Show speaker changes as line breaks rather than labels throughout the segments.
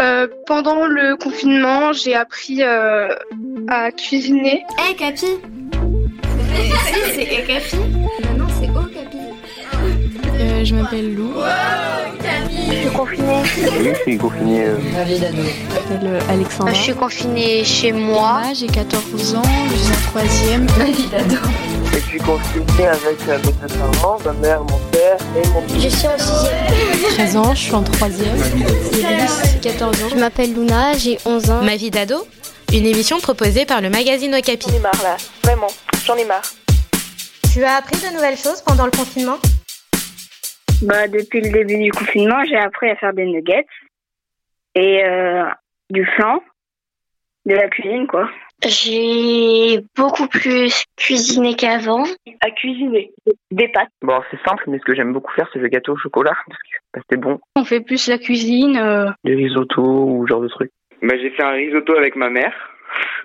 Euh, pendant le confinement, j'ai appris euh, à cuisiner.
Hé, Eh, Capi Si, c'est Hé, Capi Non, c'est O, Capi.
Euh, je m'appelle Lou.
Oui, je suis confiné. euh,
Je m'appelle Alexandra.
Ah, Je suis confinée chez moi.
J'ai 14 ans, je suis en troisième.
Je suis confiné avec euh, mes deux parents, ma mère, mon père et mon petit.
13 ans, je suis en troisième. Iris, 14 ans.
Je m'appelle Luna, j'ai 11 ans.
Ma vie d'ado, une émission proposée par le magazine Okapi.
ai marre là, vraiment, j'en ai marre.
Tu as appris de nouvelles choses pendant le confinement
Bah, depuis le début du confinement, j'ai appris à faire des nuggets et euh, du flan, de la cuisine, quoi.
J'ai beaucoup plus cuisiné qu'avant.
À cuisiner des pâtes.
Bon, alors, c'est simple, mais ce que j'aime beaucoup faire, c'est le gâteau au chocolat, parce que bah, c'est bon.
On fait plus la cuisine. euh,
Les risottos ou ce genre de trucs.
Bah, j'ai fait un risotto avec ma mère.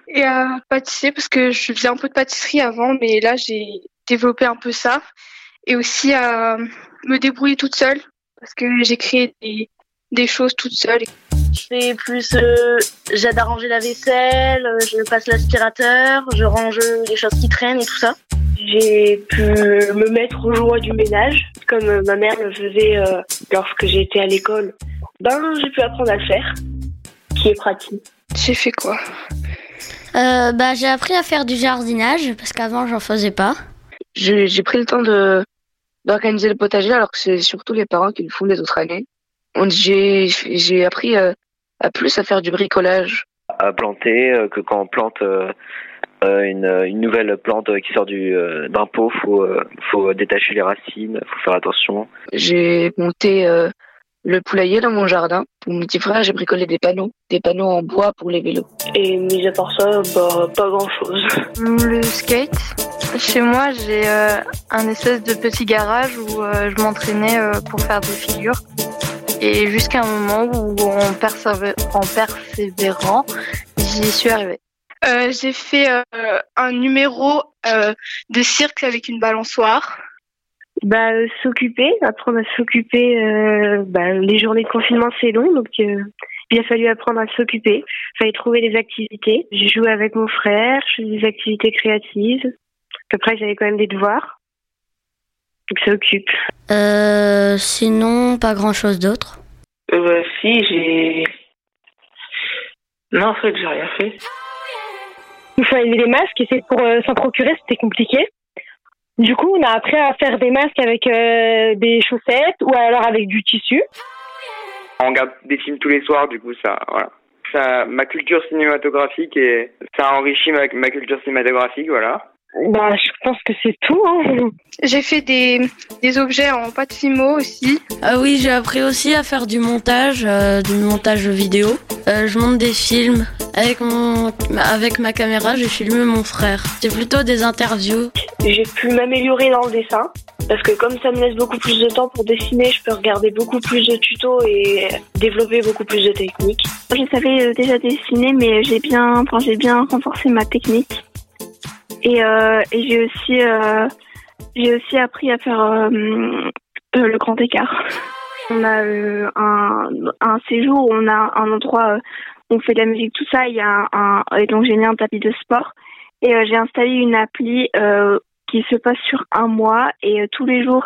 et à pâtisser, parce que je faisais un peu de pâtisserie avant, mais là, j'ai développé un peu ça. Et aussi à me débrouiller toute seule, parce que j'ai créé des, des choses toute seule.
Je fais plus, euh, j'aide à ranger la vaisselle, euh, je passe l'aspirateur, je range les choses qui traînent et tout ça.
J'ai pu me mettre aux joies du ménage, comme euh, ma mère le faisait euh, lorsque j'étais à l'école. Ben, j'ai pu apprendre à le faire, qui est pratique.
J'ai fait quoi
Euh, bah, j'ai appris à faire du jardinage parce qu'avant j'en faisais pas.
J'ai j'ai pris le temps de d'organiser le potager alors que c'est surtout les parents qui le font les autres années. On- J'ai j'ai appris euh, à plus à faire du bricolage.
à planter, euh, que quand on plante euh, euh, une, euh, une nouvelle plante euh, qui sort du, euh, d'un pot, faut, euh, faut détacher les racines, faut faire attention.
J'ai monté euh, le poulailler dans mon jardin. Pour mon petit frère, j'ai bricolé des panneaux, des panneaux en bois pour les vélos.
Et mis à part ça, bah, pas grand chose.
Le skate. Chez moi, j'ai euh, un espèce de petit garage où euh, je m'entraînais euh, pour faire des figures. Et jusqu'à un moment où, en, persévé- en persévérant, j'y suis arrivée.
Euh, j'ai fait euh, un numéro euh, de cirque avec une balançoire.
Bah, euh, s'occuper, apprendre à s'occuper. euh, bah, les journées de confinement, c'est long, donc euh, il a fallu apprendre à s'occuper. Il fallait trouver des activités. J'ai joué avec mon frère, je faisais des activités créatives. Après, j'avais quand même des devoirs. Donc, ça occupe.
Euh, sinon, pas grand chose d'autre.
si, j'ai. Non, en fait, j'ai rien fait.
Il fallait des masques et c'est pour euh, s'en procurer, c'était compliqué. Du coup, on a appris à faire des masques avec euh, des chaussettes ou alors avec du tissu.
On regarde des films tous les soirs, du coup, ça, voilà. Ça, ma culture cinématographique et ça a enrichi ma, ma culture cinématographique, voilà.
Bah, je pense que c'est tout. Hein.
J'ai fait des, des objets en pâte fimo aussi.
Ah oui, j'ai appris aussi à faire du montage, euh, du montage vidéo. Euh, je monte des films. Avec, mon, avec ma caméra, j'ai filmé mon frère. C'est plutôt des interviews.
J'ai pu m'améliorer dans le dessin parce que comme ça me laisse beaucoup plus de temps pour dessiner, je peux regarder beaucoup plus de tutos et développer beaucoup plus de techniques.
Je savais euh, déjà dessiner, mais j'ai bien, enfin, j'ai bien renforcé ma technique. Et, euh, et j'ai aussi, euh, j'ai aussi appris à faire euh, euh, le grand écart. On a euh, un, un séjour, on a un endroit euh, où on fait de la musique, tout ça. Il y a un, un- et donc j'ai mis un tapis de sport et euh, j'ai installé une appli euh, qui se passe sur un mois et euh, tous les jours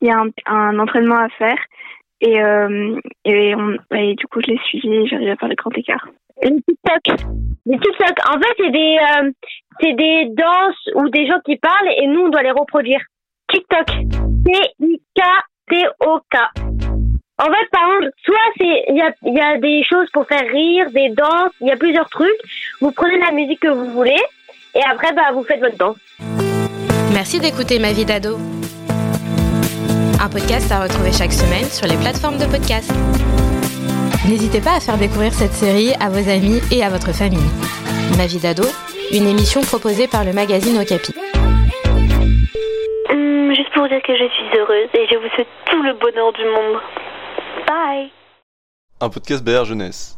il y a un, un entraînement à faire. Et, euh, et, on- et du coup, je l'ai suivi et j'arrive à faire le grand écart.
Les TikTok. Les TikTok. En fait, c'est des, euh, c'est des danses ou des gens qui parlent et nous, on doit les reproduire. TikTok. T-I-K-T-O-K. En fait, par exemple, soit c'est, il y a, il y a des choses pour faire rire, des danses, il y a plusieurs trucs. Vous prenez la musique que vous voulez et après, bah, vous faites votre danse.
Merci d'écouter Ma vie d'ado. Un podcast à retrouver chaque semaine sur les plateformes de podcast. N'hésitez pas à faire découvrir cette série à vos amis et à votre famille. Ma vie d'ado, une émission proposée par le magazine Okapi.
Hum, juste pour vous dire que je suis heureuse et je vous souhaite tout le bonheur du monde. Bye
Un podcast BR Jeunesse.